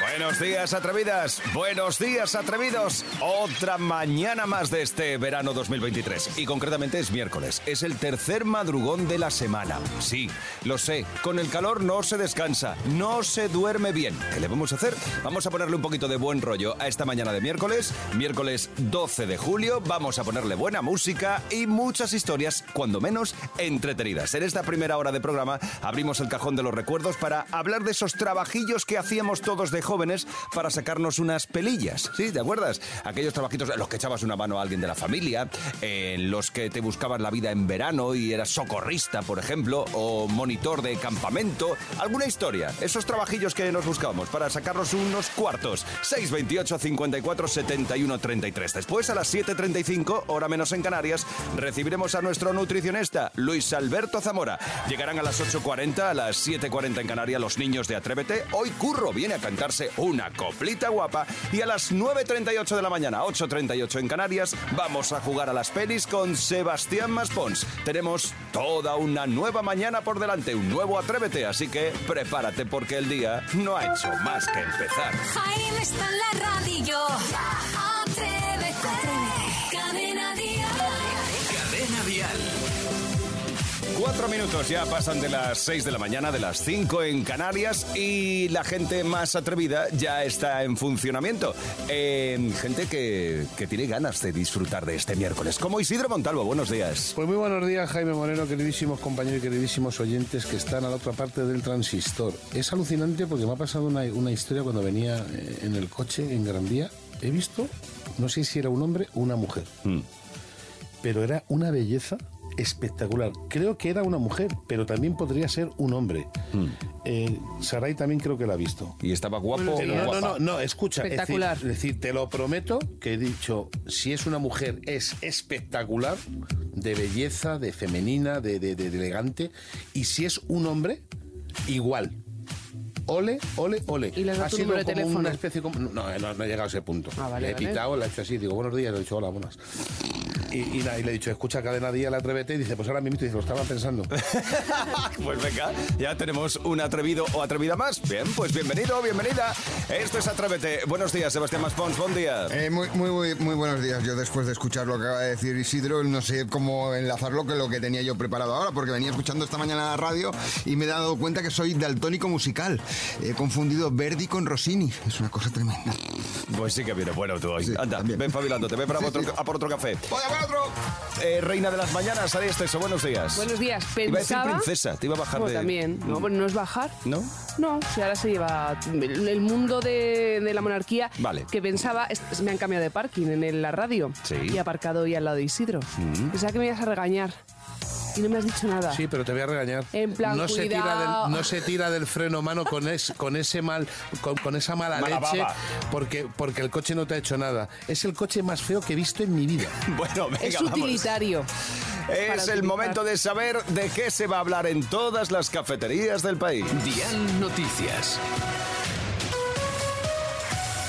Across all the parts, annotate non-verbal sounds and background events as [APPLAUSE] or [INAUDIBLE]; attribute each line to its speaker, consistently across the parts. Speaker 1: Buenos días, atrevidas. Buenos días, atrevidos. Otra mañana más de este verano 2023. Y concretamente es miércoles. Es el tercer madrugón de la semana. Sí, lo sé. Con el calor no se descansa. No se duerme bien. ¿Qué le vamos a hacer? Vamos a ponerle un poquito de buen rollo a esta mañana de miércoles. Miércoles 12 de julio. Vamos a ponerle buena música y muchas historias, cuando menos, entretenidas. En esta primera hora de programa abrimos el cajón de los recuerdos para hablar de esos trabajillos que hacíamos todos de jóvenes para sacarnos unas pelillas. ¿Sí? ¿Te acuerdas? Aquellos trabajitos en los que echabas una mano a alguien de la familia, en los que te buscabas la vida en verano y eras socorrista, por ejemplo, o monitor de campamento. Alguna historia. Esos trabajillos que nos buscábamos para sacarnos unos cuartos. 628 54 71 33. Después, a las 7.35, hora menos en Canarias, recibiremos a nuestro nutricionista, Luis Alberto Zamora. Llegarán a las 8.40, a las 7.40 en Canarias, los niños de Atrévete. Hoy Curro viene a cantar una coplita guapa y a las 9.38 de la mañana, 8.38 en Canarias, vamos a jugar a las pelis con Sebastián Maspons. Tenemos toda una nueva mañana por delante, un nuevo Atrévete, así que prepárate porque el día no ha hecho más que empezar.
Speaker 2: Jaime está en la radio. Atrévete. Cadena Dial.
Speaker 3: Cadena Dial.
Speaker 1: Cuatro minutos ya pasan de las 6 de la mañana, de las 5 en Canarias y la gente más atrevida ya está en funcionamiento. Eh, gente que, que tiene ganas de disfrutar de este miércoles, como Isidro Montalvo, buenos días.
Speaker 4: Pues muy buenos días, Jaime Moreno, queridísimos compañeros y queridísimos oyentes que están a la otra parte del transistor. Es alucinante porque me ha pasado una, una historia cuando venía eh, en el coche en Gran Vía. He visto, no sé si era un hombre o una mujer, pero era una belleza espectacular. Creo que era una mujer, pero también podría ser un hombre. Eh, Sarai también creo que la ha visto.
Speaker 1: Y estaba guapo.
Speaker 4: Pero no,
Speaker 1: o
Speaker 4: no,
Speaker 1: guapa.
Speaker 4: no, no, escucha. es decir-
Speaker 5: Espectacular.
Speaker 4: Es decir, te lo prometo que he dicho, si es una mujer, es espectacular, de belleza, de femenina, de, de- de- de elegante. Y si es un hombre, igual. Ole, ole, ole.
Speaker 5: ¿Y le has dado
Speaker 4: ha
Speaker 5: tu
Speaker 4: sido
Speaker 5: número de
Speaker 4: como
Speaker 5: teléfono?
Speaker 4: una especie como... No, no, no he llegado a ese punto.
Speaker 5: Ah, vale,
Speaker 4: le he
Speaker 5: vale.
Speaker 4: pitado, le he hecho así, digo, buenos días, le he dicho, hola, buenas. Y, y nada, y le he dicho, escucha cadena día, la atrévete, y dice, pues ahora mismo, y dice, lo estaba
Speaker 5: [LAUGHS]
Speaker 4: pensando.
Speaker 1: [LAUGHS] Pues venga, ya tenemos un atrevido o atrevida más. Bien, pues bienvenido, bienvenida. Esto es Atrévete. Buenos días, Sebastián Maspons, buen día.
Speaker 6: Eh, muy, muy, muy, muy buenos días. Yo después de escuchar lo que acaba de decir Isidro, no sé cómo enlazarlo con lo que tenía yo preparado ahora, porque venía escuchando esta mañana la radio y me he dado cuenta que soy daltónico musical. He confundido Verdi con Rossini. Es una cosa tremenda.
Speaker 1: [LAUGHS] Pues sí que viene bueno tú hoy.
Speaker 6: Sí,
Speaker 1: Anda,
Speaker 6: también.
Speaker 1: ven fabilándote, ven para otro- a por otro café.
Speaker 6: ¡Voy a por otro!
Speaker 1: Eh, reina de las mañanas, Ari Esteso, buenos días.
Speaker 5: Buenos días,
Speaker 1: Iba a decir
Speaker 5: pensaba-
Speaker 1: princesa, te iba a bajar
Speaker 5: Bueno,
Speaker 1: de...
Speaker 5: también. No, bueno, no es bajar.
Speaker 1: ¿No?
Speaker 5: No, si ahora se lleva el el mundo de, de la monarquía
Speaker 1: Vale.
Speaker 5: que pensaba, es- me han cambiado de parking en el- la radio
Speaker 1: Sí. Mm.
Speaker 5: y he aparcado hoy al lado de Isidro. Pensaba que me ibas a regañar y no me has dicho nada.
Speaker 4: Sí, pero te voy a regañar.
Speaker 5: En plan,
Speaker 4: no se, tira
Speaker 5: cuidado.
Speaker 4: del, no se tira del freno mano con, es, con ese mal, con, con esa mala,
Speaker 1: Mala
Speaker 4: leche,
Speaker 1: baba.
Speaker 4: porque, porque el coche no te ha hecho nada. Es el coche más feo que he visto en mi [LAUGHS] vida.
Speaker 1: Bueno, [LAUGHS] venga,
Speaker 5: es
Speaker 1: vamos.
Speaker 5: utilitario. para
Speaker 1: Es el
Speaker 5: utilizar.
Speaker 1: momento de saber de qué se va a hablar en todas las cafeterías del país.
Speaker 3: Dial Noticias.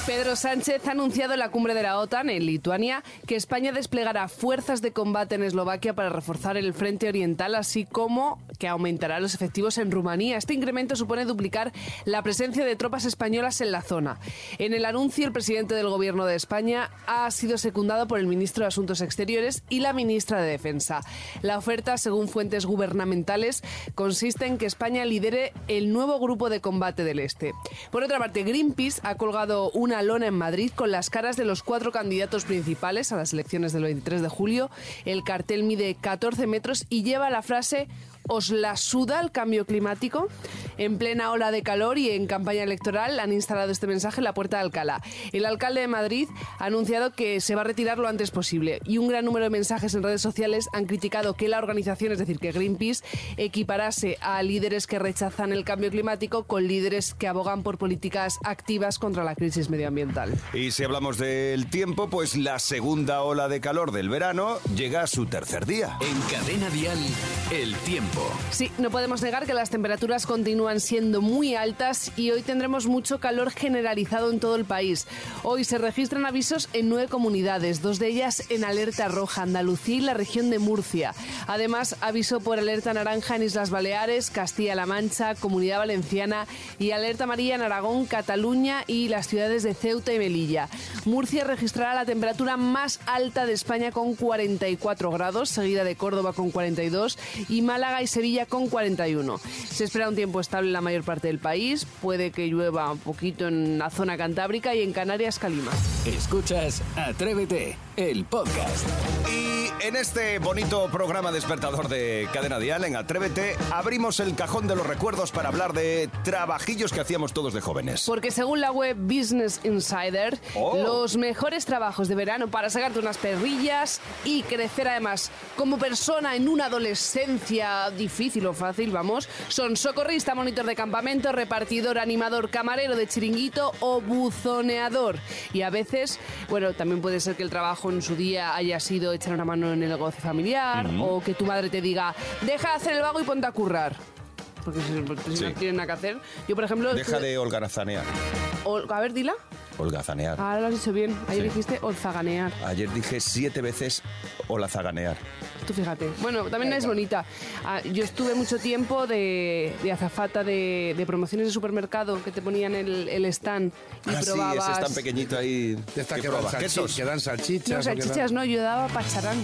Speaker 5: Pedro Sánchez ha anunciado en la cumbre de la OTAN en Lituania que España desplegará fuerzas de combate en Eslovaquia para reforzar el frente oriental, así como que aumentará los efectivos en Rumanía. Este incremento supone duplicar la presencia de tropas españolas en la zona. En el anuncio, el presidente del Gobierno de España ha sido secundado por el ministro de Asuntos Exteriores y la ministra de Defensa. La oferta, según fuentes gubernamentales, consiste en que España lidere el nuevo grupo de combate del Este. Por otra parte, Greenpeace ha colgado una lona en Madrid con las caras de los cuatro candidatos principales a las elecciones del 23 de julio. El cartel mide 14 metros y lleva la frase os la suda el cambio climático. En plena ola de calor y en campaña electoral han instalado este mensaje en la puerta de Alcalá. El alcalde de Madrid ha anunciado que se va a retirar lo antes posible y un gran número de mensajes en redes sociales han criticado que la organización, es decir, que Greenpeace, equiparase a líderes que rechazan el cambio climático con líderes que abogan por políticas activas contra la crisis medioambiental.
Speaker 1: Y si hablamos del tiempo, pues la segunda ola de calor del verano llega a su tercer día.
Speaker 3: En Cadena Dial, el tiempo.
Speaker 1: tiempo.
Speaker 5: Sí, no podemos negar que las temperaturas continúan siendo muy altas y hoy tendremos mucho calor generalizado en todo el país. Hoy se registran avisos en nueve comunidades, dos de ellas en alerta roja, Andalucía y la región de Murcia. Además, aviso por alerta naranja en Islas Baleares, Castilla-La Mancha, Comunidad Valenciana y alerta amarilla en Aragón, Cataluña y las ciudades de Ceuta y Melilla. Murcia registrará la temperatura más alta de España con 44 grados, seguida de Córdoba con 42 y Málaga y Sevilla con 41. Se espera un tiempo estable en la mayor parte del país, puede que llueva un poquito en la zona cantábrica y en Canarias Calima.
Speaker 3: Escuchas Atrévete, el podcast.
Speaker 1: Y en este bonito programa despertador de Cadena Dial, en Atrévete, abrimos el cajón de los recuerdos para hablar de trabajillos que hacíamos todos de jóvenes.
Speaker 5: Porque según la web Business Insider,
Speaker 1: Oh.
Speaker 5: los mejores trabajos de verano para sacarte unas perrillas y crecer además como persona en una adolescencia difícil o fácil, vamos, son socorrista, monitor de campamento, repartidor, animador, camarero de chiringuito o buzoneador. Y a veces, bueno, también puede ser que el trabajo en su día haya sido echar una mano en el negocio familiar o que tu madre te diga, deja de hacer el vago y ponte a currar. Porque si, porque si
Speaker 1: Sí.
Speaker 5: no tienen nada que hacer. Yo, por ejemplo...
Speaker 1: Deja
Speaker 5: estuve-
Speaker 1: de holgarazanear.
Speaker 5: Ol- a ver, dila.
Speaker 1: Holgazanear.
Speaker 5: Ahora lo has dicho bien. Ayer
Speaker 1: Sí.
Speaker 5: dijiste olzaganear.
Speaker 1: Ayer dije siete veces holazaganear.
Speaker 5: Tú fíjate. Bueno, también es bonita. Ah, yo estuve mucho tiempo de, de azafata de, de promociones de supermercado que te ponían el, el stand y
Speaker 1: Ah, sí,
Speaker 5: probabas.
Speaker 1: ese es tan pequeñito ahí.
Speaker 4: Ya está,
Speaker 1: ¿Qué
Speaker 4: que dan,
Speaker 1: probas?
Speaker 4: salchi-
Speaker 1: ¿Quesos?
Speaker 4: que dan salchichas.
Speaker 5: No,
Speaker 4: o que dan-
Speaker 5: salchichas no, yo daba pacharán.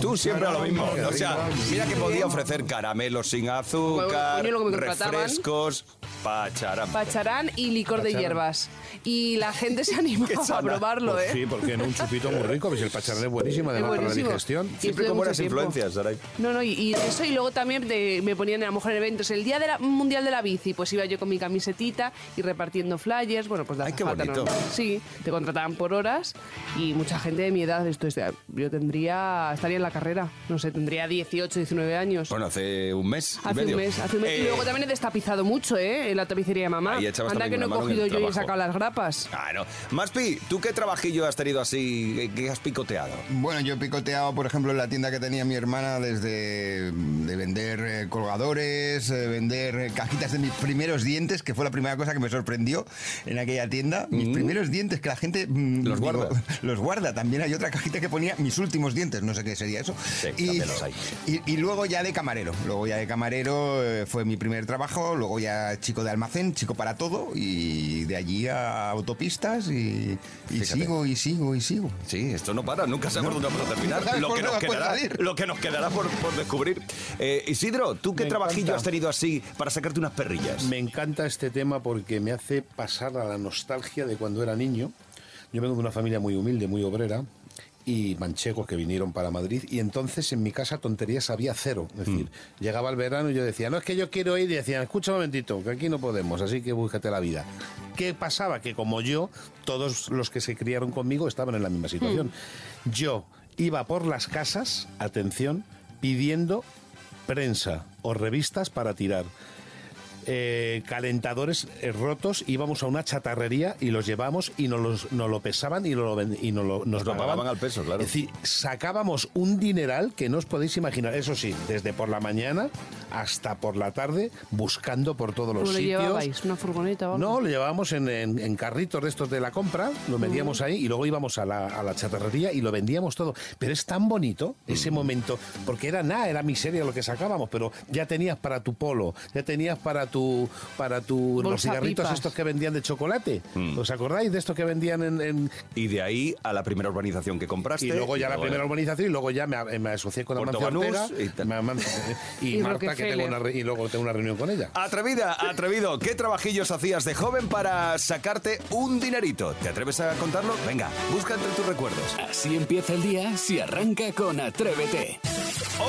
Speaker 1: Tú siempre a lo mismo.
Speaker 4: Caramba,
Speaker 1: O sea,
Speaker 4: caramba.
Speaker 1: mira que podía ofrecer caramelos sin azúcar,
Speaker 5: Coño, lo que me contrataban.
Speaker 1: refrescos, pacharán.
Speaker 5: Pacharán y licor de hierbas. Y la gente se animaba a
Speaker 1: sana.
Speaker 5: probarlo,
Speaker 4: Pues
Speaker 5: ¿eh?
Speaker 4: Sí, porque en un chupito muy rico, pues el pacharán es buenísimo, además para
Speaker 5: buenísimo.
Speaker 4: la digestión.
Speaker 5: Y
Speaker 1: Siempre
Speaker 5: estuve
Speaker 1: con
Speaker 5: mucho
Speaker 1: buenas
Speaker 5: tiempo.
Speaker 1: influencias, Saray.
Speaker 5: No, no, y, y eso, y luego también de- me ponían a lo mejor en eventos el día de la- mundial de la bici, pues iba yo con mi camisetita y repartiendo flyers, bueno, pues de
Speaker 1: Ay, qué
Speaker 5: azafata
Speaker 1: bonito.
Speaker 5: normal. Sí, te contrataban por horas y mucha gente de mi edad, esto es, de- yo tendría, estaría en la carrera, no sé, tendría 18, 19 años.
Speaker 1: Bueno, hace un mes. y
Speaker 5: Hace
Speaker 1: medio.
Speaker 5: un mes, hace un mes.
Speaker 1: Eh,
Speaker 5: y luego también he destapizado mucho, ¿eh? En la tapicería de mamá.
Speaker 1: Ahí echabas
Speaker 5: Anda
Speaker 1: también
Speaker 5: que no
Speaker 1: una
Speaker 5: he
Speaker 1: mano en
Speaker 5: cogido
Speaker 1: el
Speaker 5: yo y he
Speaker 1: trabajo. Ah,
Speaker 5: sacado las grapas.
Speaker 1: Claro. Maspi, ¿tú qué trabajillo has tenido así eh, que- que has picoteado?
Speaker 6: Bueno, yo he picoteado, por ejemplo, en la tienda que tenía mi hermana desde mm, de vender eh, colgadores, eh, vender eh, cajitas de mis primeros dientes, que fue la primera cosa que me sorprendió en aquella tienda. Mis primeros dientes, que la gente... mm,
Speaker 1: Mm. Los guarda.
Speaker 6: [LAUGHS] Los guarda. También hay otra cajita que ponía mis últimos dientes, no sé qué sería eso.
Speaker 1: Sí, también los hay.
Speaker 6: Y, y luego ya de camarero. Luego ya de camarero eh, fue mi primer trabajo. Luego ya chico de almacén, chico para todo. Y de allí a autopistas y, y
Speaker 1: Fíjate.
Speaker 6: sigo y sigo y sigo.
Speaker 1: Sí, esto no para, nunca sabemos dónde vamos a
Speaker 6: No
Speaker 1: terminar.
Speaker 6: sabes
Speaker 1: Lo
Speaker 6: por
Speaker 1: que, nos
Speaker 6: dónde va a
Speaker 1: quedará,
Speaker 6: salir.
Speaker 1: lo que nos quedará por, por descubrir. Eh, Isidro, ¿tú qué
Speaker 4: Me
Speaker 1: trabajillo
Speaker 4: encanta.
Speaker 1: has tenido así para sacarte unas perrillas?
Speaker 4: Me encanta este tema porque me hace pasar a la nostalgia de cuando era niño. Yo vengo de una familia muy humilde, muy obrera y manchegos que vinieron para Madrid y entonces en mi casa tonterías había cero. Es decir, llegaba el verano y yo decía, no es que yo quiero ir y decían, escucha un momentito, que aquí no podemos, así que búscate la vida. ¿Qué pasaba? Que como yo, todos los que se criaron conmigo estaban en la misma situación. Yo iba por las casas, atención, pidiendo prensa o revistas para tirar eh, calentadores eh, rotos, íbamos a una chatarrería y los llevamos y nos, los- nos lo pesaban y, lo ven- y nos lo- nos
Speaker 1: Nos lo
Speaker 4: pagaban.
Speaker 1: pagaban al peso, claro.
Speaker 4: Es decir, sacábamos un dineral que no os podéis imaginar. Eso sí, desde por la mañana hasta por la tarde, buscando por todos los
Speaker 5: ¿Cómo lo
Speaker 4: sitios.
Speaker 5: llevabais? ¿Una furgoneta o algo?
Speaker 4: No, lo llevábamos en, en- en carritos de estos de la compra, lo metíamos
Speaker 5: Mm.
Speaker 4: ahí y luego íbamos a la, a la chatarrería y lo vendíamos todo. Pero es tan bonito ese
Speaker 1: Mm.
Speaker 4: momento, porque era nada, era miseria lo que sacábamos, pero ya tenías para tu polo, ya tenías para tu para tu los
Speaker 5: Bolsa
Speaker 4: cigarritos
Speaker 5: pipas.
Speaker 4: estos que vendían de chocolate. ¿Os acordáis de estos que vendían en, en-
Speaker 1: Mm. Y de ahí a la primera urbanización que compraste.
Speaker 4: y luego ya la primera urbanización y luego ya me, me asocié con
Speaker 1: Puerto
Speaker 4: Amancio Ortega
Speaker 1: Banús y tal.
Speaker 4: me- Amancio- y,
Speaker 5: [LAUGHS] Y
Speaker 4: Marta que tengo
Speaker 5: Rockefeller.
Speaker 4: una re- y luego tengo una reunión con ella.
Speaker 1: Atrevida, atrevido, ¿qué trabajillos hacías de joven para sacarte un dinerito? ¿Te atreves a contarlo? Venga, busca entre tus recuerdos.
Speaker 3: Así empieza el día si arranca con Atrévete.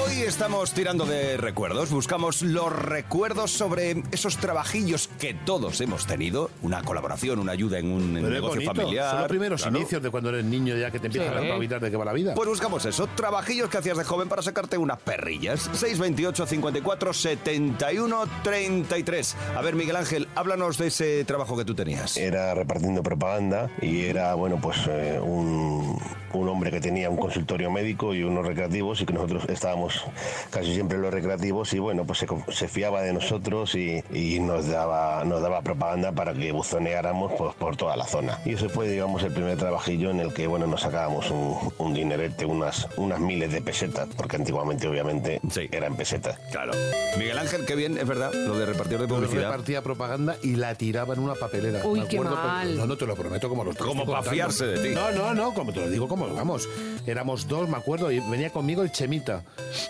Speaker 1: Hoy estamos tirando de recuerdos, buscamos los recuerdos sobre esos trabajillos que todos hemos tenido, una colaboración, una ayuda en un
Speaker 4: Pero es
Speaker 1: negocio
Speaker 4: bonito,
Speaker 1: familiar.
Speaker 4: Son los primeros
Speaker 1: claro.
Speaker 4: inicios de cuando eres niño ya que te empiezan
Speaker 5: Sí.
Speaker 4: a evitar de qué va la vida.
Speaker 1: Pues buscamos eso, trabajillos que hacías de joven para sacarte unas perrillas. 628 54 71 33. A ver, Miguel Ángel, háblanos de ese trabajo que tú tenías.
Speaker 7: Era repartiendo propaganda y era, bueno, pues eh, un, un hombre que tenía un consultorio médico y unos recreativos y que nosotros estábamos jugábamos casi siempre en los recreativos y bueno, pues se, co- se fiaba de nosotros y, y nos, daba, nos daba propaganda para que buzoneáramos pues, por toda la zona. Y eso fue, digamos, el primer trabajillo en el que, bueno, nos sacábamos un, un dinerete, unas, unas miles de pesetas, porque antiguamente, obviamente,
Speaker 1: Sí.
Speaker 7: eran pesetas.
Speaker 1: Claro. Miguel Ángel, qué bien, es verdad, lo de repartir de publicidad.
Speaker 4: Repartía propaganda y la tiraba en una papelera.
Speaker 5: Uy,
Speaker 4: Me
Speaker 5: qué
Speaker 4: acuerdo, pero-
Speaker 5: mal.
Speaker 4: No, no te lo prometo como los
Speaker 1: Como pa' fiarse de ti.
Speaker 4: No, no, no, como te lo digo, como vamos. Éramos dos, me acuerdo, y venía conmigo el Chemita.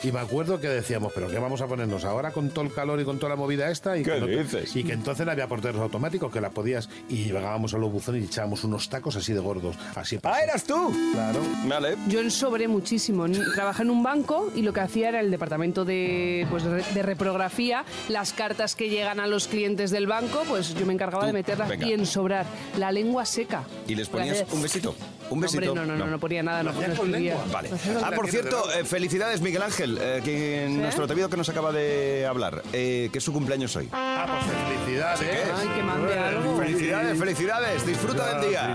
Speaker 4: Y me acuerdo que decíamos, pero ¿qué vamos a ponernos ahora con todo el calor y con toda la movida esta? Y
Speaker 1: ¿Qué
Speaker 4: que no te-
Speaker 1: dices?
Speaker 4: y que entonces había porteros automáticos que la podías. Y llegábamos a los buzones y echábamos unos tacos así de gordos. Así
Speaker 1: ¡Ah, eras tú!
Speaker 4: Claro.
Speaker 1: Vale.
Speaker 5: Yo ensobré muchísimo. N- Trabajé en un banco y lo que hacía era el departamento de, pues, re- de reprografía. Las cartas que llegan a los clientes del banco, pues yo me encargaba
Speaker 1: Tú,
Speaker 5: de meterlas
Speaker 1: venga.
Speaker 5: y ensobrar. La lengua seca.
Speaker 1: ¿Y les ponías
Speaker 5: Gracias.
Speaker 1: un besito? ¿Un
Speaker 5: No,
Speaker 1: besito?
Speaker 5: hombre, no, no, no, no ponía nada, no,
Speaker 4: Lo hacía
Speaker 5: no
Speaker 4: con
Speaker 5: escribía.
Speaker 4: lengua.
Speaker 1: Vale.
Speaker 4: Pues es
Speaker 1: Ah,
Speaker 4: la
Speaker 1: por
Speaker 4: que
Speaker 1: cierto,
Speaker 4: te-
Speaker 1: eh, felicidades Miguel Ángel, eh, que
Speaker 5: ¿Sí?
Speaker 1: nuestro atrevido que nos acaba de hablar, eh, que es su cumpleaños hoy.
Speaker 4: Ah, pues felicidades.
Speaker 5: Ay, que mande algo.
Speaker 1: Felicidades, felicidades, disfruta del día.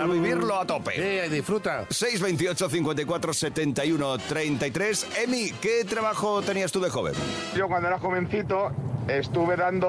Speaker 1: A vivirlo a tope.
Speaker 4: Sí, disfruta.
Speaker 1: 628 54 71 33. Emi, ¿qué trabajo tenías tú de joven?
Speaker 8: Yo cuando era jovencito estuve dando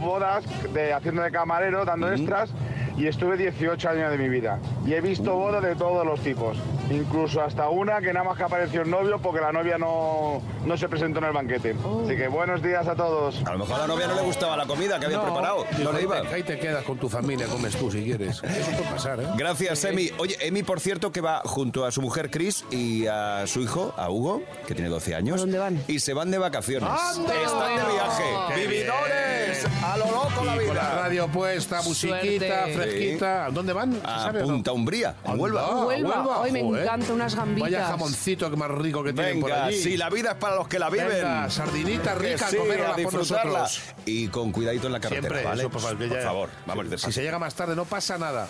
Speaker 8: bodas, de, haciendo de camarero, dando extras y estuve 18 años de mi vida. Y he visto bodas de todos los tipos, incluso hasta una que nada más que apareció el novio porque la novia no, no se presentó en el banquete. Así que buenos días a todos.
Speaker 1: Oh. A lo mejor a la novia no le gustaba la comida que habían preparado. No
Speaker 4: dijo,
Speaker 1: le
Speaker 4: ahí
Speaker 1: iba.
Speaker 4: te- Ahí te quedas con tu familia, comes tú si
Speaker 1: [LAUGHS]
Speaker 4: quieres. Eso puede pasar, ¿eh?
Speaker 1: Gracias, Emi. Oye, Emi, por cierto, que va junto a su mujer Chris y a su hijo, a Hugo, que tiene 12 años.
Speaker 5: ¿A dónde van?
Speaker 1: Y se van de vacaciones.
Speaker 4: ¡Anda!
Speaker 1: Están de viaje.
Speaker 4: ¡Qué
Speaker 1: ¡Vividores! ¡A lo loco la
Speaker 4: Y con la
Speaker 1: vida!
Speaker 4: radio puesta, musiquita,
Speaker 5: Suerte.
Speaker 4: fresquita. ¿A dónde van? ¿Se
Speaker 1: A
Speaker 4: sabe o no?
Speaker 1: Punta Umbría, a
Speaker 4: Anda,
Speaker 1: Huelva.
Speaker 4: a
Speaker 5: Huelva. Ay, me
Speaker 4: joder.
Speaker 5: encanta unas gambitas.
Speaker 4: Vaya jamoncito que más rico que tienen por
Speaker 1: Venga,
Speaker 4: allí.
Speaker 1: si la vida es para los que la viven.
Speaker 4: Venga, sardinita
Speaker 1: Que
Speaker 4: rica,
Speaker 1: sí,
Speaker 4: comerla
Speaker 1: a
Speaker 4: por
Speaker 1: disfrutarla.
Speaker 4: nosotros.
Speaker 1: Y con cuidadito en la carretera,
Speaker 4: Siempre,
Speaker 1: ¿vale?
Speaker 4: eso, por favor, que ya-
Speaker 1: favor, vamos
Speaker 4: si-
Speaker 1: despacio.
Speaker 4: Si se llega más tarde, no pasa nada.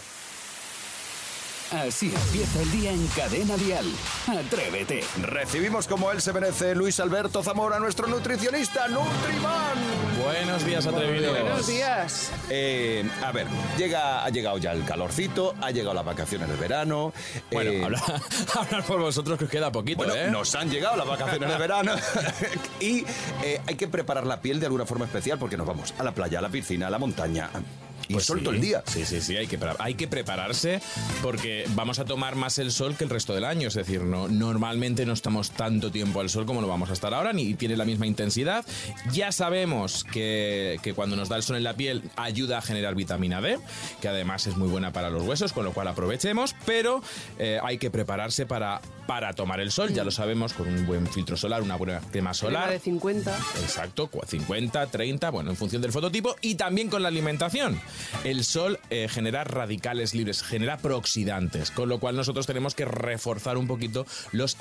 Speaker 3: Así empieza el día en cadena Dial. Atrévete.
Speaker 1: Recibimos como él se merece Luis Alberto Zamora, nuestro nutricionista, Nutriman.
Speaker 9: Buenos días, atrevidos.
Speaker 5: Buenos días.
Speaker 1: Eh, a ver, llega, ha llegado ya el calorcito, ha llegado las vacaciones de verano.
Speaker 9: Bueno,
Speaker 1: eh,
Speaker 9: hablar, [LAUGHS] hablar por vosotros que os queda poquito,
Speaker 1: bueno,
Speaker 9: ¿eh?
Speaker 1: nos han llegado las vacaciones de verano y eh, hay que preparar la piel de alguna forma especial porque nos vamos a la playa, a la piscina, a la montaña y
Speaker 9: Pues
Speaker 1: sol
Speaker 9: sí,
Speaker 1: todo el día.
Speaker 9: Sí, sí, sí, hay que, pre- hay que prepararse porque vamos a tomar más el sol que el resto del año. Es decir, no, normalmente no estamos tanto tiempo al sol como lo vamos a estar ahora, ni tiene la misma intensidad. Ya sabemos que, que cuando nos da el sol en la piel ayuda a generar vitamina D, que además es muy buena para los huesos, con lo cual aprovechemos, pero eh, hay que prepararse para, para tomar el sol, ya lo sabemos, con un buen filtro solar, una buena crema
Speaker 5: Crema
Speaker 9: solar.
Speaker 5: de 50.
Speaker 9: Exacto, cua- 50, 30, bueno, en función del fototipo y también con la alimentación. El sol eh, genera radicales libres, genera prooxidantes, con lo cual nosotros tenemos que reforzar un poquito los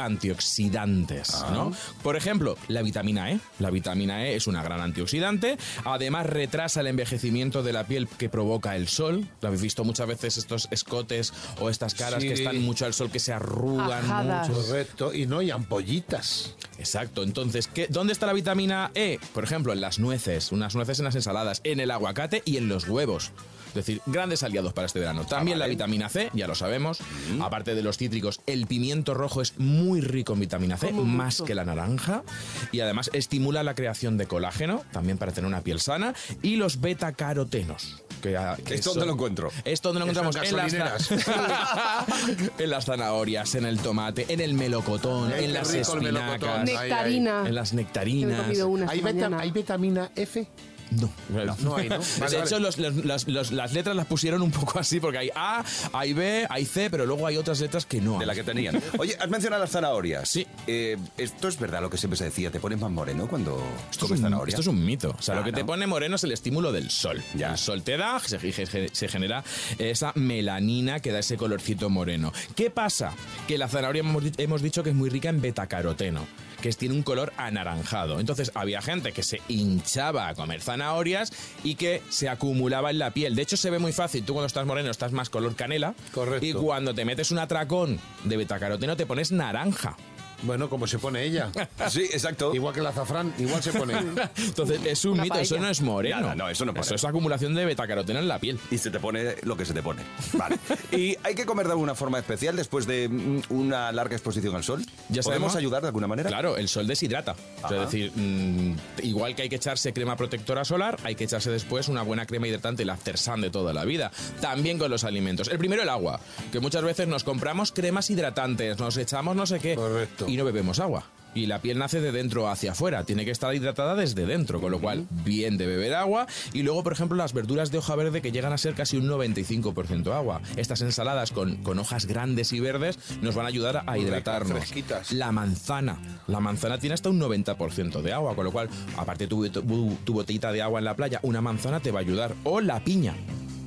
Speaker 9: antioxidantes, ¿no? Por ejemplo, la vitamina E. La vitamina E es una gran antioxidante, además retrasa el envejecimiento de la piel que provoca el sol. Lo habéis visto muchas veces estos escotes o estas caras
Speaker 4: Sí.
Speaker 9: que están mucho al sol, que se arrugan
Speaker 5: Ajadas.
Speaker 9: mucho.
Speaker 4: Correcto. Y no, y ampollitas.
Speaker 9: Exacto. Entonces, ¿qué, ¿dónde está la vitamina E? Por ejemplo, en las nueces, unas nueces en las ensaladas, en el aguacate y en los huevos. Es decir, grandes aliados para este verano.
Speaker 4: Ah,
Speaker 9: También la vitamina C, ya lo sabemos.
Speaker 4: Mm.
Speaker 9: Aparte de los cítricos, el pimiento rojo es muy rico en vitamina C, más que la naranja. Y además estimula la creación de colágeno, también para tener una piel sana. Y los beta-carotenos. Que, ah, que
Speaker 1: ¿Esto
Speaker 9: son-
Speaker 1: dónde lo encuentro?
Speaker 9: Esto donde lo
Speaker 4: Eso en
Speaker 9: encontramos. las, [LAUGHS] en las zanahorias, en el tomate, en el melocotón,
Speaker 4: Ay, qué
Speaker 9: en las
Speaker 4: rico el melocotón.
Speaker 9: espinacas.
Speaker 4: Ay, ay.
Speaker 5: Nectarina.
Speaker 9: En las
Speaker 5: Me he
Speaker 9: nectarinas.
Speaker 5: comido una
Speaker 4: ¿Hay,
Speaker 5: esta
Speaker 4: veta-
Speaker 5: mañana.
Speaker 4: ¿Hay vitamina F?
Speaker 9: No,
Speaker 4: no hay, ¿no? Vale,
Speaker 9: de hecho,
Speaker 4: vale.
Speaker 9: los- los- los- los- las letras las pusieron un poco así, porque hay A, hay B, hay C, pero luego hay otras letras que no.
Speaker 1: De la
Speaker 9: hay. [LAUGHS]
Speaker 1: que tenían. Oye, has mencionado las zanahorias.
Speaker 9: Sí.
Speaker 1: Eh, esto es verdad lo que siempre se decía, te pones más moreno cuando
Speaker 9: Esto es,
Speaker 1: comes
Speaker 9: un,
Speaker 1: zanahoria.
Speaker 9: esto es un mito. O sea,
Speaker 1: Ah,
Speaker 9: lo que te
Speaker 1: ¿no?
Speaker 9: pone moreno es el estímulo del sol.
Speaker 1: Ya.
Speaker 9: El sol te da, se, ge- se genera esa melanina que da ese colorcito moreno. ¿Qué pasa? Que la zanahoria hemos, di- hemos dicho que es muy rica en betacaroteno, que es- tiene un color anaranjado. Entonces había gente que se hinchaba a comer zanahorias y que se acumulaba en la piel. De hecho, se ve muy fácil. Tú cuando estás moreno estás más color canela.
Speaker 4: Correcto.
Speaker 9: Y cuando te metes un atracón de betacaroteno te pones naranja.
Speaker 4: Bueno, como se pone
Speaker 9: [LAUGHS]
Speaker 4: ella.
Speaker 1: Sí, exacto.
Speaker 4: Igual que el azafrán, igual se pone.
Speaker 9: Entonces, es un
Speaker 5: Una
Speaker 9: mito, eso
Speaker 5: paella.
Speaker 9: no es moreno.
Speaker 1: Nada, no, eso no es moreno.
Speaker 9: Eso es acumulación de betacaroteno en la piel.
Speaker 1: Y se te pone lo que se te pone. Vale. ¿Y hay que comer de alguna forma especial después de mm, una larga exposición al sol?
Speaker 9: Ya
Speaker 1: ¿Podemos
Speaker 9: sabemos.
Speaker 1: ayudar de alguna manera?
Speaker 9: Claro, el sol deshidrata. O sea,
Speaker 1: Ajá.
Speaker 9: es decir, mm, igual que hay que echarse crema protectora solar, hay que echarse después una buena crema hidratante, el After Sun de toda la vida. También con los alimentos. El primero, el agua. Que muchas veces nos compramos cremas hidratantes, nos echamos no sé qué.
Speaker 4: Correcto.
Speaker 9: Y no bebemos agua. Y la piel nace de dentro hacia afuera, tiene que estar hidratada desde dentro, con lo cual bien de beber agua. Y luego, por ejemplo, las verduras de hoja verde que llegan a ser casi un 95% agua. Estas ensaladas con, con hojas grandes y verdes nos van a ayudar a hidratarnos.
Speaker 4: fresquitas.
Speaker 9: La manzana. La manzana tiene hasta un 90% de agua, con lo cual, aparte tu, tu, tu botellita de agua en la playa, una manzana te va a ayudar. O la piña.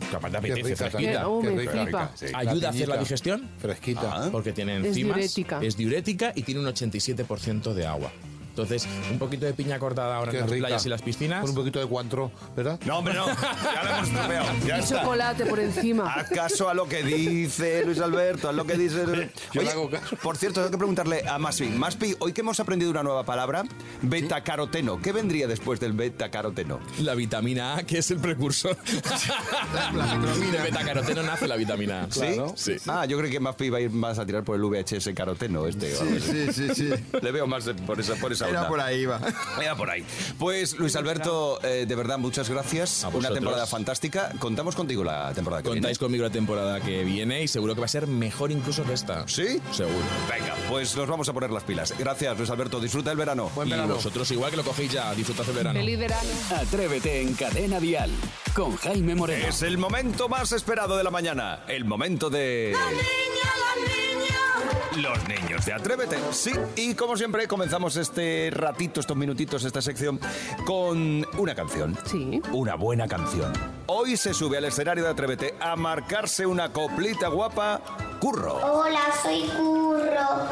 Speaker 9: Que aparte
Speaker 4: Qué
Speaker 9: apetece,
Speaker 4: rica
Speaker 9: fresquita.
Speaker 4: también.
Speaker 5: Oh,
Speaker 4: qué
Speaker 5: me
Speaker 4: rica.
Speaker 5: flipa.
Speaker 1: Sí.
Speaker 9: ¿Ayuda a hacer la
Speaker 4: piñita.
Speaker 9: digestión? Ah,
Speaker 4: Fresquita.
Speaker 9: Porque tiene
Speaker 5: Es
Speaker 9: enzimas.
Speaker 5: diurética.
Speaker 9: es diurética y tiene un 87% de agua. Entonces, un poquito de piña cortada ahora
Speaker 4: Qué
Speaker 9: en las
Speaker 4: rica.
Speaker 9: playas y las piscinas.
Speaker 4: Con un poquito de cuantro, ¿verdad?
Speaker 1: No,
Speaker 9: [LAUGHS]
Speaker 1: hombre, no. Ya lo hemos estropeado. Ya
Speaker 5: Y
Speaker 1: está.
Speaker 5: chocolate por encima.
Speaker 1: Haz caso a lo que dice Luis Alberto, a lo que dice.
Speaker 4: Yo
Speaker 1: Oye,
Speaker 4: le hago caso.
Speaker 1: Por cierto, tengo que preguntarle a Maspi. Maspi, hoy que hemos aprendido una nueva palabra, betacaroteno. ¿Qué vendría después del betacaroteno?
Speaker 9: La vitamina A, que es
Speaker 4: [LAUGHS]
Speaker 9: el precursor.
Speaker 6: La micromina.
Speaker 9: De betacaroteno nace la vitamina A.
Speaker 4: Claro.
Speaker 9: Sí.
Speaker 1: Ah, yo creo que Maspi va a ir más a tirar por el VHS caroteno este. o algo
Speaker 6: Sí,
Speaker 1: así.
Speaker 6: sí, sí, sí.
Speaker 1: [LAUGHS] Le veo más de- por esa, por esa
Speaker 6: Era
Speaker 1: onda.
Speaker 6: por ahí, va.
Speaker 1: Era por ahí. Pues Luis Alberto, eh, de verdad, muchas gracias.
Speaker 9: A
Speaker 1: Una
Speaker 9: vosotros.
Speaker 1: temporada fantástica. Contamos contigo la temporada que
Speaker 9: Contáis conmigo la temporada que viene y seguro que va a ser mejor incluso que esta.
Speaker 1: ¿Sí?
Speaker 9: Seguro.
Speaker 1: viene. Venga, pues nos vamos a poner las pilas. Gracias, Luis Alberto. Disfruta el verano.
Speaker 9: y vosotros igual que lo cogéis ya, disfrutad el
Speaker 4: Ah,
Speaker 9: verano.
Speaker 5: Feliz verano.
Speaker 3: Atrévete en Cadena Dial con Jaime Moreno.
Speaker 1: Es el momento más esperado de la mañana. El momento de. Los niños de Atrévete. Sí, y como siempre, comenzamos este ratito, estos minutitos, esta sección, con una canción.
Speaker 5: Sí.
Speaker 1: Una buena canción. Hoy se sube al escenario de Atrévete a marcarse una coplita guapa, Curro.
Speaker 10: Hola, soy Curro.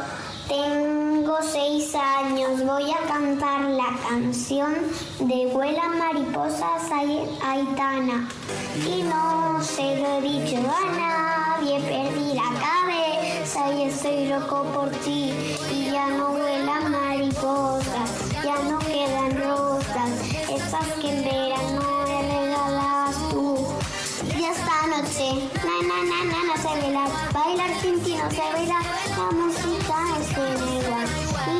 Speaker 10: Tengo seis años. Voy a cantar la canción de Vuela Mariposas Ay- Aitana. Y no se lo he dicho a nadie, perdí la cabeza y estoy loco por ti. Y ya no vuelan mariposas, ya no quedan rosas, esas que en verano me regalas tú. Y hasta anoche, na na na na na se baila, baila argentino se baila, la música es negra.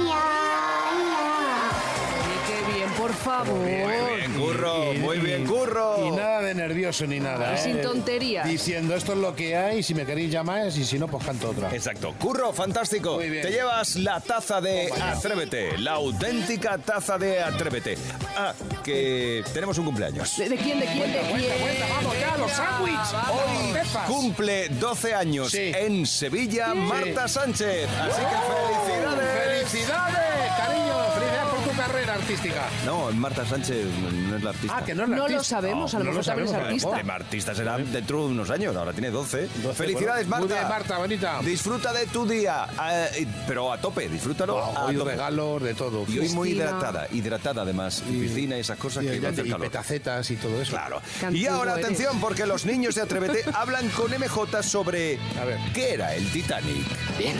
Speaker 10: Ya, ya.
Speaker 5: Oye, Qué bien, por favor.
Speaker 1: Bien, Curro, muy bien, Curro.
Speaker 4: Y nada de nervioso ni nada.
Speaker 5: Y
Speaker 4: ¿eh?
Speaker 5: sin tonterías.
Speaker 4: Diciendo esto es lo que hay, si me queréis llamáis y si no, pues canto otra.
Speaker 1: Exacto, curro, fantástico.
Speaker 4: Muy bien.
Speaker 1: Te llevas la taza de Atrévete, la auténtica taza de Atrévete. Ah, que tenemos un cumpleaños.
Speaker 5: ¿De, de quién, de quién, de quién?
Speaker 4: vamos ya, los
Speaker 5: Venga,
Speaker 4: sándwiches.
Speaker 5: vamos.
Speaker 1: Cumple 12 años
Speaker 4: Sí.
Speaker 1: en Sevilla Marta Sánchez. Así que felicidades.
Speaker 4: ¡Felicidades, cariño! ¡Felicidades por tu carrera artística!
Speaker 1: No, Marta Sánchez no es la artista.
Speaker 4: Ah, que no es la
Speaker 5: No lo
Speaker 4: artista.
Speaker 5: sabemos, a lo mejor también es
Speaker 4: sabemos, a lo
Speaker 5: artista.
Speaker 4: mejor.
Speaker 1: Tema artista será dentro de unos años, ahora tiene 12.
Speaker 4: 12,
Speaker 1: Felicidades,
Speaker 4: bueno.
Speaker 1: Marta.
Speaker 4: Muy bien, Marta, bonita.
Speaker 1: Disfruta de tu día, ah, eh, pero a tope, disfrútalo. a
Speaker 4: Hoy
Speaker 1: tope.
Speaker 4: regalos de todo.
Speaker 1: Y hoy muy
Speaker 5: Piscina.
Speaker 1: hidratada, hidratada además, y piscina y esas cosas
Speaker 4: Y,
Speaker 1: que va a hacer
Speaker 4: y
Speaker 1: calor.
Speaker 4: petacetas y todo eso.
Speaker 1: Claro. Y
Speaker 5: Cantudo
Speaker 1: ahora
Speaker 5: eres.
Speaker 1: atención, porque los niños
Speaker 4: [LAUGHS]
Speaker 1: de Atrévete hablan con MJ sobre
Speaker 4: A ver.
Speaker 1: qué era el Titanic.
Speaker 11: Bien,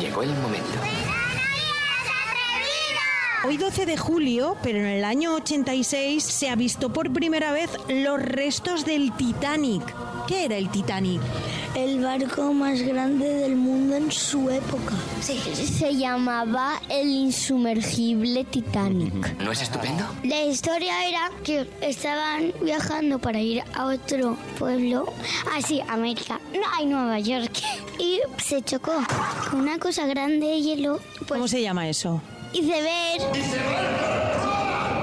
Speaker 11: llegó el momento.
Speaker 12: Hoy 12 de julio, pero en el año 86 se avistó por primera vez los restos del Titanic. ¿Qué era el Titanic?
Speaker 10: El barco más grande del mundo en su época. Se llamaba el insumergible Titanic.
Speaker 11: ¿No es estupendo?
Speaker 10: La historia era que estaban viajando para ir a otro pueblo, así, América, no hay Nueva York, y se chocó con una cosa grande de hielo pues
Speaker 12: ¿Cómo se llama eso?
Speaker 10: y se ver.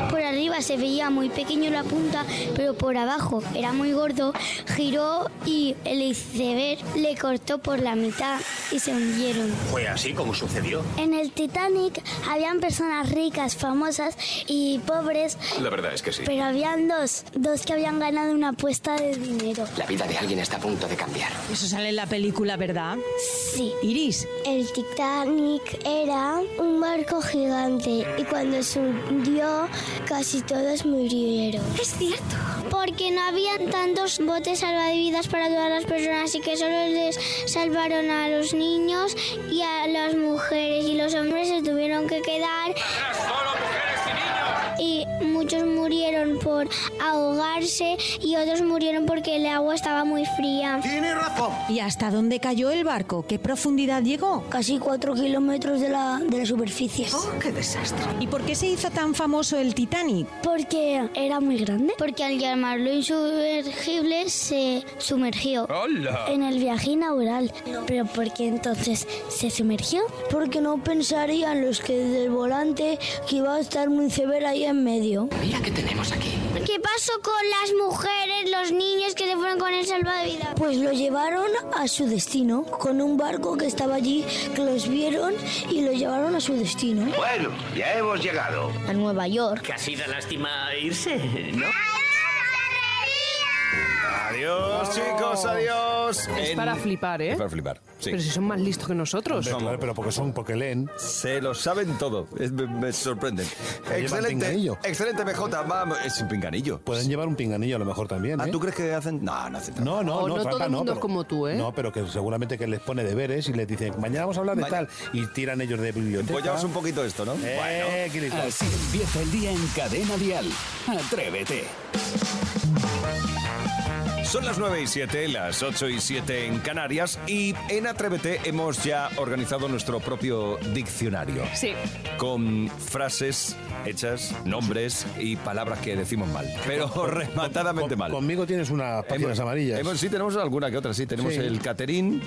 Speaker 10: Por arriba se veía muy pequeño la punta, pero por abajo era muy gordo. Giró y el iceberg le cortó por la mitad y se hundieron.
Speaker 11: Fue así como sucedió.
Speaker 10: En el Titanic habían personas ricas, famosas y pobres,
Speaker 11: La verdad es que sí.
Speaker 10: pero habían dos, dos que habían ganado una apuesta de dinero.
Speaker 11: La vida de alguien está a punto de cambiar.
Speaker 12: Eso sale en la película, ¿verdad?
Speaker 10: Sí.
Speaker 12: Iris,
Speaker 10: El Titanic era un barco gigante y cuando se hundió casi todos murieron. Es cierto. Porque no habían tantos botes salvavidas para todas las personas y que solo les salvaron a los niños y a las mujeres y los hombres se tuvieron que quedar. Y muchos murieron por ahogarse y otros murieron porque el agua estaba muy fría.
Speaker 12: Tiene razón. ¿Y hasta dónde cayó el barco? ¿Qué profundidad llegó? Casi cuatro kilómetros de la, de la superficie. ¡Oh, qué desastre! ¿Y por qué se hizo tan famoso el Titanic?
Speaker 10: Porque era muy grande. Porque al llamarlo insumergible se sumergió
Speaker 13: ¡Hola!
Speaker 10: en el viaje inaugural. ¿Pero por qué entonces se sumergió? Porque no pensarían los que del volante que iba a estar un iceberg ahí en medio.
Speaker 11: Mira qué tenemos aquí.
Speaker 10: ¿Qué pasó con las mujeres, los niños que se fueron con el salvavidas? Pues lo llevaron a su destino, con un barco que estaba allí, que los vieron y lo llevaron a su destino.
Speaker 14: Bueno, ya hemos llegado.
Speaker 10: A Nueva York.
Speaker 14: Que ha sido lástima irse, ¿no?
Speaker 1: Adiós, chicos, adiós.
Speaker 5: Es
Speaker 1: En-
Speaker 5: para flipar, ¿eh?
Speaker 1: Es para flipar, sí.
Speaker 5: Pero si son más listos que nosotros.
Speaker 1: pero porque son, porque leen. Se lo saben todo. Es- me, me sorprenden.
Speaker 4: llevan
Speaker 1: Excelente.
Speaker 4: pinganillo.
Speaker 1: Excelente, BJ. Vamos, es sin pinganillo.
Speaker 4: Pueden llevar un pinganillo a lo mejor también. ¿eh?
Speaker 1: Ah, ¿tú crees que hacen? No, no hacen.
Speaker 4: No, no,
Speaker 5: O
Speaker 4: no,
Speaker 5: Oh, no
Speaker 4: trampa
Speaker 5: todo el
Speaker 4: no,
Speaker 5: mundo es
Speaker 4: pero-
Speaker 5: como tú, ¿eh?
Speaker 4: No, pero que seguramente que les pone deberes y les dicen, mañana vamos a hablar de tal. Y tiran ellos de biblioteca.
Speaker 1: Apoyaos Pues un poquito esto, ¿no?
Speaker 4: Eh, qué listo.
Speaker 3: Así empieza el día en Cadena Dial. Atrévete.
Speaker 1: Son las 9 y 7, las 8 y 7 en Canarias y en Atrévete hemos ya organizado nuestro propio diccionario.
Speaker 5: Sí.
Speaker 1: Con frases hechas, nombres y palabras que decimos mal, pero rematadamente mal.
Speaker 4: Conmigo tienes unas páginas
Speaker 1: Hemos-
Speaker 4: amarillas.
Speaker 1: hemos- sí, tenemos alguna que otra, sí. Tenemos
Speaker 4: Sí.
Speaker 1: el Caterín,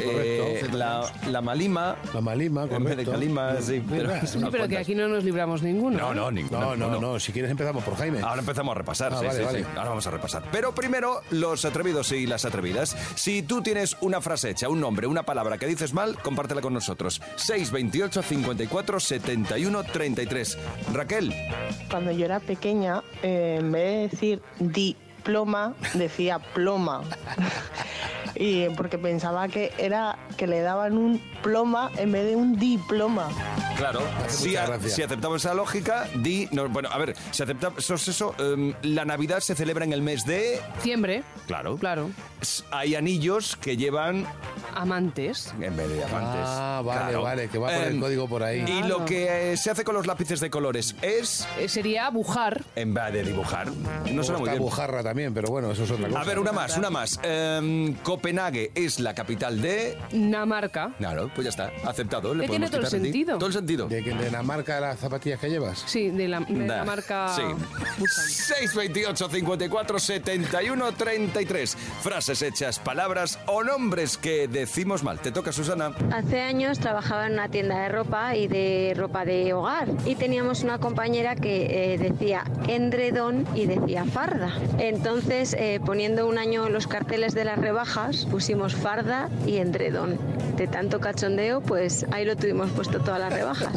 Speaker 1: eh,
Speaker 4: Correcto.
Speaker 1: la, la Malima.
Speaker 4: La Malima,
Speaker 1: En vez de
Speaker 4: correcto.
Speaker 1: Calima, sí. Pero,
Speaker 5: Sí, pero que aquí no nos libramos ninguno. ¿eh?
Speaker 1: No, no,
Speaker 4: No,
Speaker 1: ninguna.
Speaker 4: no, no. Si quieres empezamos por Jaime.
Speaker 1: Ahora empezamos a repasar,
Speaker 4: Ah,
Speaker 1: sí,
Speaker 4: vale,
Speaker 1: sí,
Speaker 4: vale.
Speaker 1: sí. Ahora vamos a repasar. Pero primero, los atrevidos y las atrevidas. Si tú tienes una frase hecha, un nombre, una palabra que dices mal, compártela con nosotros. 628 54 71 33. Raquel,
Speaker 15: Cuando yo era pequeña, eh, en vez de decir diploma, decía ploma. [LAUGHS] y eh, porque pensaba que era que le daban un ploma en vez de un diploma.
Speaker 1: claro, si, a- si aceptamos esa lógica, di. no, bueno, a ver, si aceptamos eso, eso, em, la Navidad se celebra en el mes de.
Speaker 5: Diciembre.
Speaker 1: Claro.
Speaker 5: Claro.
Speaker 1: Hay anillos que llevan.
Speaker 5: Amantes.
Speaker 1: En vez de amantes.
Speaker 4: Ah, vale, vale, que va por el
Speaker 1: Em,
Speaker 4: código por ahí. Ah.
Speaker 1: Y
Speaker 5: Claro.
Speaker 1: lo que eh, se hace con los lápices de colores es.
Speaker 5: Eh, sería bujar.
Speaker 1: En vez de dibujar. No suena muy
Speaker 4: está
Speaker 1: bien.
Speaker 4: Bujarra también, pero bueno, eso es otra cosa.
Speaker 1: A ver, una más, una más. Em, Copenhague es la capital de.
Speaker 5: Dinamarca.
Speaker 1: Claro, pues ya está, aceptado. Le
Speaker 5: Que tiene
Speaker 1: podemos
Speaker 5: todo el
Speaker 1: quitar ti.
Speaker 5: sentido.
Speaker 1: Todo el sentido.
Speaker 4: ¿De, que- de la marca de las zapatillas que llevas?
Speaker 5: Sí, de la, de la
Speaker 1: Nah,
Speaker 5: marca.
Speaker 1: Sí. 628 54 71 33. Frases hechas, palabras o nombres que decimos mal. Te toca, Susana.
Speaker 16: Hace años trabajaba en una tienda de ropa y de ropa de hogar y teníamos una compañera que eh, decía endredón y decía farda. Entonces, eh, poniendo un año los carteles de las rebajas, pusimos farda y endredón. De tanto cachondeo, pues ahí lo tuvimos puesto todas las rebajas.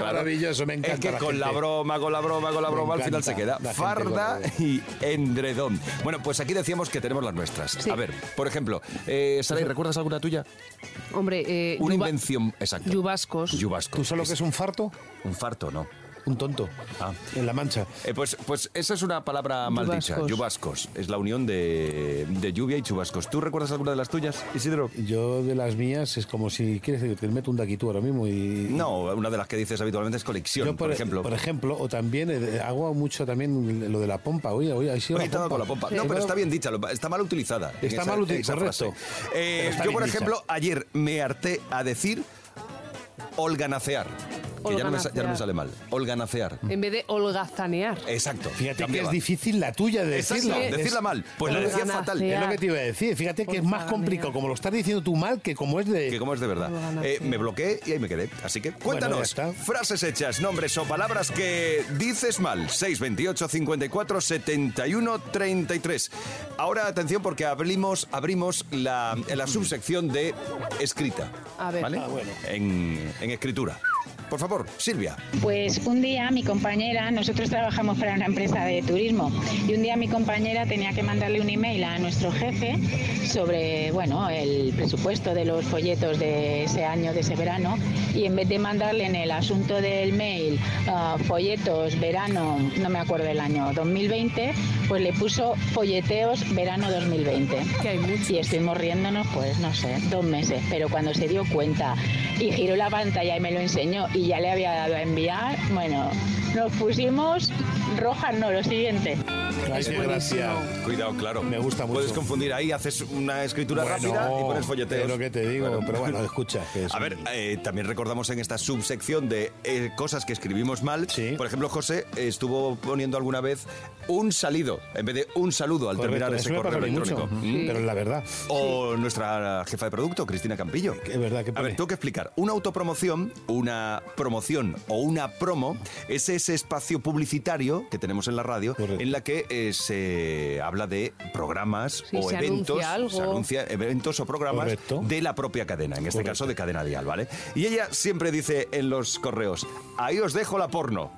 Speaker 4: Maravilloso, me encanta.
Speaker 1: Es que
Speaker 4: la
Speaker 1: con la
Speaker 4: gente.
Speaker 1: broma, con la broma, con la
Speaker 4: Me
Speaker 1: broma, al final
Speaker 4: encanta
Speaker 1: se queda
Speaker 4: la gente
Speaker 1: farda
Speaker 4: con la-
Speaker 1: y endredón. Bueno, pues aquí decíamos que tenemos las nuestras. A ver, por ejemplo, eh, Saray, ¿recuerdas alguna tuya?
Speaker 5: Hombre, eh,
Speaker 1: Una
Speaker 5: yuba-
Speaker 1: invención, exacto.
Speaker 5: Yubascos.
Speaker 1: Yubasco.
Speaker 4: ¿Tú sabes lo que es un farto?
Speaker 1: Un farto, no.
Speaker 4: Un tonto.
Speaker 1: Ah.
Speaker 4: En la mancha.
Speaker 1: Eh, pues, pues esa es una palabra maldicha,
Speaker 4: Chubascos.
Speaker 1: chubascos. Es la unión de, de lluvia y chubascos. ¿Tú recuerdas alguna de las tuyas, Isidro?
Speaker 4: Yo de las mías es como si quieres decir, te meto un daquitú ahora mismo y...
Speaker 1: No, una de las que dices habitualmente es colección,
Speaker 4: Yo,
Speaker 1: por, ejemplo.
Speaker 4: Por ejemplo, o también eh, hago mucho también lo de la pompa. Oye, oye, ahí sí
Speaker 1: Oye, estaba con la pompa. No, pero está bien dicha, lo- está mal utilizada. en
Speaker 4: Está
Speaker 1: esa-
Speaker 4: mal utilizada,
Speaker 1: esa frase.
Speaker 4: correcto.
Speaker 1: Eh,
Speaker 4: Pero está
Speaker 1: yo,
Speaker 4: bien
Speaker 1: por
Speaker 4: dicha.
Speaker 1: ejemplo, ayer me harté a decir olganacear. Que ya no, me, sa- ya no me
Speaker 5: Holganacear. Eh.
Speaker 1: sale mal. Olganacear.
Speaker 5: En vez de holgazanear.
Speaker 1: Exacto.
Speaker 4: Fíjate que es
Speaker 1: cambiaba.
Speaker 4: difícil la tuya de
Speaker 1: Exacto,
Speaker 4: decirla.
Speaker 1: decirla
Speaker 4: Es-
Speaker 1: mal. Pues la decía
Speaker 5: Holganacear.
Speaker 1: fatal.
Speaker 4: Es lo que te iba a decir. Fíjate que es más complicado como lo estás diciendo tú mal que como es de...
Speaker 1: que como es de verdad. Eh, me bloqueé y ahí me quedé. Así que cuéntanos.
Speaker 4: ya está.
Speaker 1: frases hechas, nombres o palabras que dices mal. 628 54 71 33. Ahora atención porque abrimos, abrimos la, la subsección de escrita.
Speaker 5: A ver.
Speaker 1: ¿vale?
Speaker 5: Ah, bueno.
Speaker 1: en, en escritura. Por favor, Silvia.
Speaker 13: Pues un día mi compañera, nosotros trabajamos para una empresa de turismo y un día mi compañera tenía que mandarle un email a nuestro jefe sobre, bueno, el presupuesto de los folletos de ese año, de ese verano y en vez de mandarle en el asunto del mail ah, folletos verano, no me acuerdo el año, 2020, pues le puso folleteos verano 2020. Y estuvimos riéndonos, pues no sé, dos meses, pero cuando se dio cuenta y giró la pantalla y me lo enseñó y ya le había dado a enviar, bueno, nos pusimos rojas, no, lo siguiente.
Speaker 1: Es buenísimo. Cuidado, claro. Me gusta mucho. Puedes confundir ahí, haces una escritura
Speaker 4: Bueno,
Speaker 1: rápida y pones folleteos.
Speaker 4: es lo que te digo, pero
Speaker 1: [LAUGHS]
Speaker 4: bueno, escucha, que es
Speaker 1: A
Speaker 4: un-
Speaker 1: ver, eh, también recordamos en esta subsección de eh, cosas que escribimos mal. Por ejemplo, José estuvo poniendo alguna vez un salido en vez de un saludo al
Speaker 4: Correcto,
Speaker 1: terminar
Speaker 4: eso
Speaker 1: ese
Speaker 4: me
Speaker 1: correo
Speaker 4: pasa a mí mucho,
Speaker 1: electrónico. Mm.
Speaker 4: ujú, pero es la verdad.
Speaker 1: O nuestra jefa de producto, Cristina Campillo.
Speaker 4: Es verdad que
Speaker 1: A ver, tengo que explicar. Una autopromoción, una promoción o una promo es ese espacio publicitario que tenemos en la radio en la que eh, se habla de programas
Speaker 5: Sí,
Speaker 1: o
Speaker 5: se
Speaker 1: eventos.
Speaker 5: anuncia algo.
Speaker 1: se anuncia eventos o programas de la propia cadena, en este caso de Cadena Dial, ¿vale? Y ella siempre dice en los correos, ahí os dejo la porno.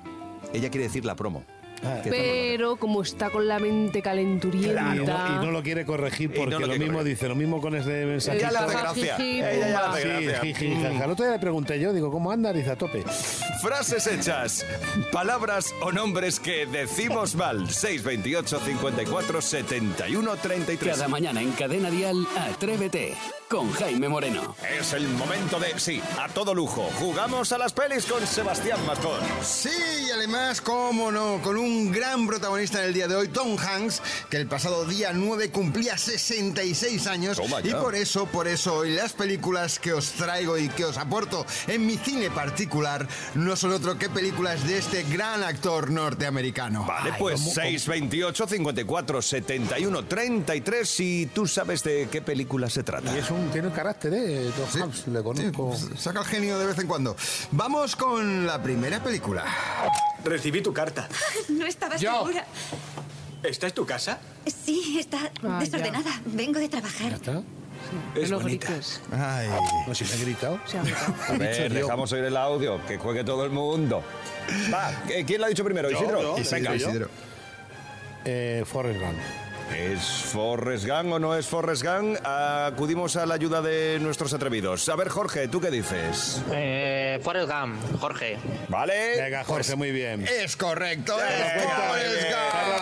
Speaker 1: Ella quiere decir la promo. Que todo lo-
Speaker 5: Pero como está con la mente calenturienta...
Speaker 4: Y no, y no lo quiere corregir
Speaker 1: Y no
Speaker 4: porque
Speaker 1: lo
Speaker 4: lo,
Speaker 1: quiere
Speaker 4: mismo dice, lo mismo con ese mensaje.
Speaker 1: Ella le hace gracia. Ella ya le hace gracia. Mm.
Speaker 4: El otro día le pregunté yo, digo, ¿cómo anda? Dice, a tope.
Speaker 1: Frases hechas, palabras o nombres que decimos mal. 628 54 71 33.
Speaker 3: Cada mañana en Cadena Dial, Atrévete con Jaime Moreno.
Speaker 1: Es el momento de, sí, a todo lujo. Jugamos a las pelis con Sebastián Mascón.
Speaker 6: Sí, y además, cómo no, con un gran protagonista del día de hoy, Tom Hanks, que el pasado día 9 cumplía 66 años.
Speaker 1: Toma ya.
Speaker 6: Y por eso, por eso, hoy las películas que os traigo y que os aporto en mi cine particular no son otro que películas de este gran actor norteamericano.
Speaker 1: Vale, pues 628 54 71 33 si tú sabes de qué película se trata.
Speaker 4: Y es un, tiene un carácter, ¿eh? Tom Hanks, le conozco.
Speaker 6: pues, Saca el genio de vez en cuando. Vamos con la primera película.
Speaker 17: Recibí tu carta.
Speaker 18: [LAUGHS] No estaba segura.
Speaker 17: ¿Esta es tu casa?
Speaker 18: Sí, está desordenada. Vengo de trabajar.
Speaker 17: Es bonita.
Speaker 6: Ay.
Speaker 4: No, si me ha gritado.
Speaker 1: A ver, dejamos oír el audio, que juegue todo el mundo. Va, ¿qu- ¿quién lo ha dicho primero?
Speaker 4: Yo,
Speaker 1: Isidro.
Speaker 4: yo, Isidro,
Speaker 1: Venga.
Speaker 4: Isidro. Eh, Forrest Gump.
Speaker 1: ¿Es Forrest Gump o no es Forrest Gump? Acudimos a la ayuda de nuestros atrevidos. A ver, Jorge, ¿tú qué dices?
Speaker 19: Eh, Forrest Gump, Jorge.
Speaker 1: Vale.
Speaker 4: Venga, Jorge, muy bien.
Speaker 6: Es correcto.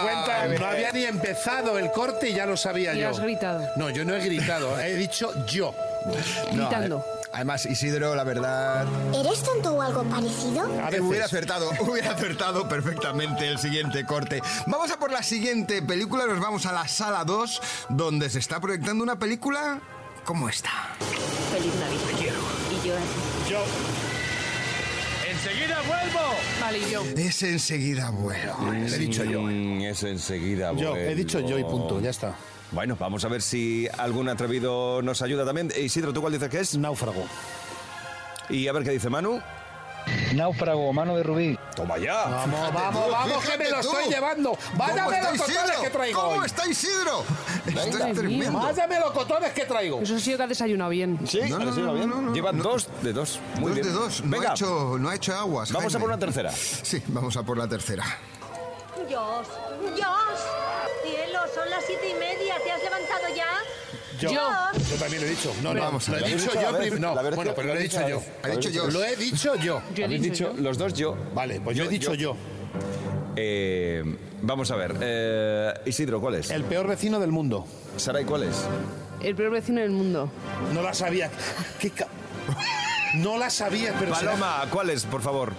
Speaker 4: cuenta, no había ni empezado el corte y ya lo sabía
Speaker 5: Y
Speaker 4: yo.
Speaker 5: has gritado.
Speaker 4: No, yo no he gritado, he dicho yo.
Speaker 6: No, Además, Isidro, la verdad.
Speaker 10: ¿Eres tonto o algo parecido?
Speaker 6: Hubiera acertado, [LAUGHS] hubiera acertado perfectamente el siguiente corte. Vamos a por la siguiente película, nos vamos a la sala 2, donde se está proyectando una película como esta.
Speaker 18: Feliz Navidad. Te quiero. Y yo. Yo.
Speaker 9: ¡Enseguida vuelvo!
Speaker 5: Vale, y yo.
Speaker 6: Es enseguida vuelo. Le he dicho yo.
Speaker 1: Mm, Es enseguida.
Speaker 4: Yo, he
Speaker 1: vuelvo.
Speaker 4: dicho yo y punto, ya está.
Speaker 1: Bueno, vamos a ver si algún atrevido nos ayuda también. Eh, Isidro, ¿tú cuál dices que es?
Speaker 4: Náufrago.
Speaker 1: Y a ver qué dice Manu.
Speaker 20: Náufrago, mano de rubí.
Speaker 1: Toma ya. [LAUGHS]
Speaker 4: Vamos, vamos, vamos, que me lo estoy llevando.
Speaker 6: ¿Cómo
Speaker 4: Váyame
Speaker 6: está
Speaker 4: los cotones
Speaker 6: Isidro?
Speaker 4: que traigo.
Speaker 6: ¿Cómo
Speaker 4: hoy.
Speaker 6: está Isidro? Esto
Speaker 5: Madre
Speaker 6: es tremendo.
Speaker 5: mía.
Speaker 4: Váyame los cotones que traigo.
Speaker 5: Eso sí que ha desayunado bien.
Speaker 1: Sí,
Speaker 6: No, no, no, no, no,
Speaker 1: Llevan dos de dos. Muy
Speaker 6: dos
Speaker 1: bien.
Speaker 6: de dos. No
Speaker 1: Venga.
Speaker 6: ha, hecho, no ha hecho aguas.
Speaker 1: Vamos a
Speaker 6: Jaime.
Speaker 1: por una tercera.
Speaker 6: Sí, vamos a por la tercera.
Speaker 21: Dios, Dios. Cielo, son las siete y media. ¿Te has levantado ya?
Speaker 4: Yo. Yo también lo he dicho. No, no,
Speaker 6: Vamos a
Speaker 4: lo he
Speaker 6: ver.
Speaker 4: dicho
Speaker 6: La
Speaker 4: yo
Speaker 6: verdad-
Speaker 4: primero.
Speaker 6: la verdad-
Speaker 4: No, bueno, pero lo he
Speaker 6: la
Speaker 4: dicho
Speaker 6: verdad-
Speaker 4: yo.
Speaker 6: ha dicho yo.
Speaker 4: Lo he dicho yo.
Speaker 1: Yo he Habéis dicho dicho yo. los dos yo.
Speaker 4: Vale, pues yo, he dicho yo.
Speaker 1: Eh, vamos a ver. Eh, Isidro, ¿cuál es?
Speaker 4: El peor vecino del mundo.
Speaker 1: Saray, ¿cuál es?
Speaker 5: El peor vecino del mundo.
Speaker 4: No la sabía. Qué ca- No la sabía, pero será-
Speaker 1: Paloma, ¿cuál es, por favor?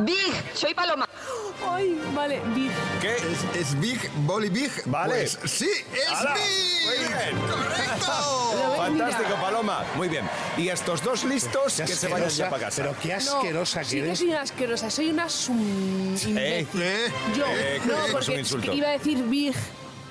Speaker 5: Big, soy Paloma. Ay, vale, Big.
Speaker 1: ¿Qué?
Speaker 6: ¿Es, es Big, Boli Big?
Speaker 1: Vale.
Speaker 6: Pues sí, es
Speaker 1: ¡Hala!
Speaker 6: Big.
Speaker 1: Muy bien. [LAUGHS]
Speaker 6: ¡Correcto!
Speaker 1: Fantástico, Paloma. Muy bien. Y estos dos listos que se vayan ya para casa.
Speaker 4: Pero qué asquerosa
Speaker 5: no,
Speaker 4: que
Speaker 5: sí que
Speaker 4: eres.
Speaker 5: soy una asquerosa, soy una sum...
Speaker 1: Eh,
Speaker 5: imbécil.
Speaker 1: eh,
Speaker 5: Yo,
Speaker 1: eh,
Speaker 5: no,
Speaker 1: que es un
Speaker 5: porque
Speaker 1: insulto.
Speaker 5: iba a decir big,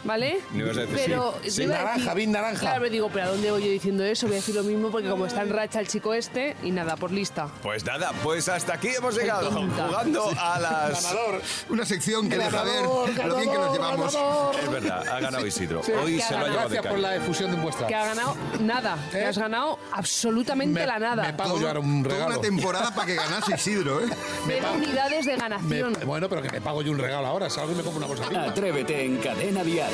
Speaker 5: ¿Vale?
Speaker 1: No ibas a decir,
Speaker 5: pero
Speaker 1: sí.
Speaker 5: yo
Speaker 1: Sí.
Speaker 5: iba a decir-
Speaker 1: Naranja, Bin Naranja.
Speaker 5: Claro, me digo, pero ¿a dónde voy yo diciendo eso? Voy a decir lo mismo porque como está en racha el chico este y nada, por lista.
Speaker 1: Pues nada, pues hasta aquí hemos llegado
Speaker 5: Pinta.
Speaker 1: jugando a las...
Speaker 6: Ganador. Una sección que deja ver
Speaker 1: Ganador,
Speaker 6: lo bien que nos
Speaker 1: ganador,
Speaker 6: llevamos.
Speaker 1: ganador. Es verdad, ha ganado Isidro.
Speaker 5: Sí.
Speaker 1: Hoy
Speaker 5: Que ha
Speaker 1: se lo
Speaker 5: ganado.
Speaker 1: ha llevado de
Speaker 5: Gracias por
Speaker 1: calle.
Speaker 5: la
Speaker 4: Fusión de impuestos.
Speaker 5: Que ha ganado nada,
Speaker 4: ¿Eh?
Speaker 5: que has ganado absolutamente la nada.
Speaker 6: Toda una temporada para que ganase Isidro, ¿eh?
Speaker 5: Cero unidades de ganación.
Speaker 4: bueno, pero que me pago yo un regalo ahora, ¿sabes? Me como una cosa
Speaker 3: Atrévete en Cadena Dial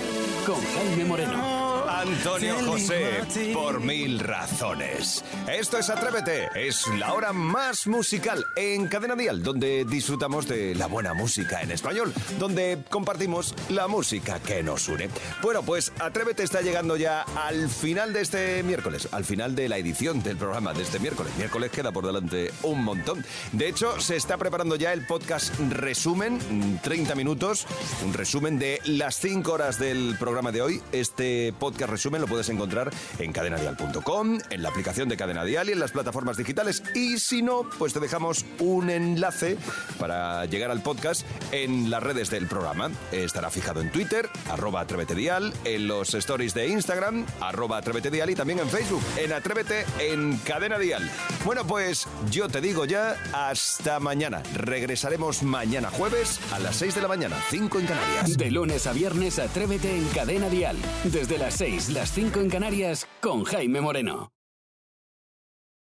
Speaker 3: con Jaime Moreno.
Speaker 1: Antonio José, por mil razones. Esto es Atrévete, es la hora más musical en Cadena Dial, donde disfrutamos de la buena música en español, donde compartimos la música que nos une. Bueno, pues Atrévete está llegando ya al final de este miércoles, al final de la edición del programa de este miércoles. Miércoles queda por delante un montón. De hecho, se está preparando ya el podcast resumen, mm, 30 minutos, un resumen de las 5 horas del programa de hoy. Este podcast resumen lo puedes encontrar en cadenadial.com, en la aplicación de Cadena Dial y en las plataformas digitales. Y si no, pues te dejamos un enlace para llegar al podcast en las redes del programa. Estará fijado en Twitter, arroba Atrévete Dial, en los stories de Instagram, arroba Atrévete Dial y también en Facebook, en Atrévete en Cadena Dial. Bueno, pues yo te digo ya, hasta mañana. Regresaremos mañana jueves a las 6 de la mañana, 5 en Canarias.
Speaker 3: De lunes a viernes, atrévete en Cadena Dial. Desde las 6, las 5 en Canarias, con Jaime Moreno.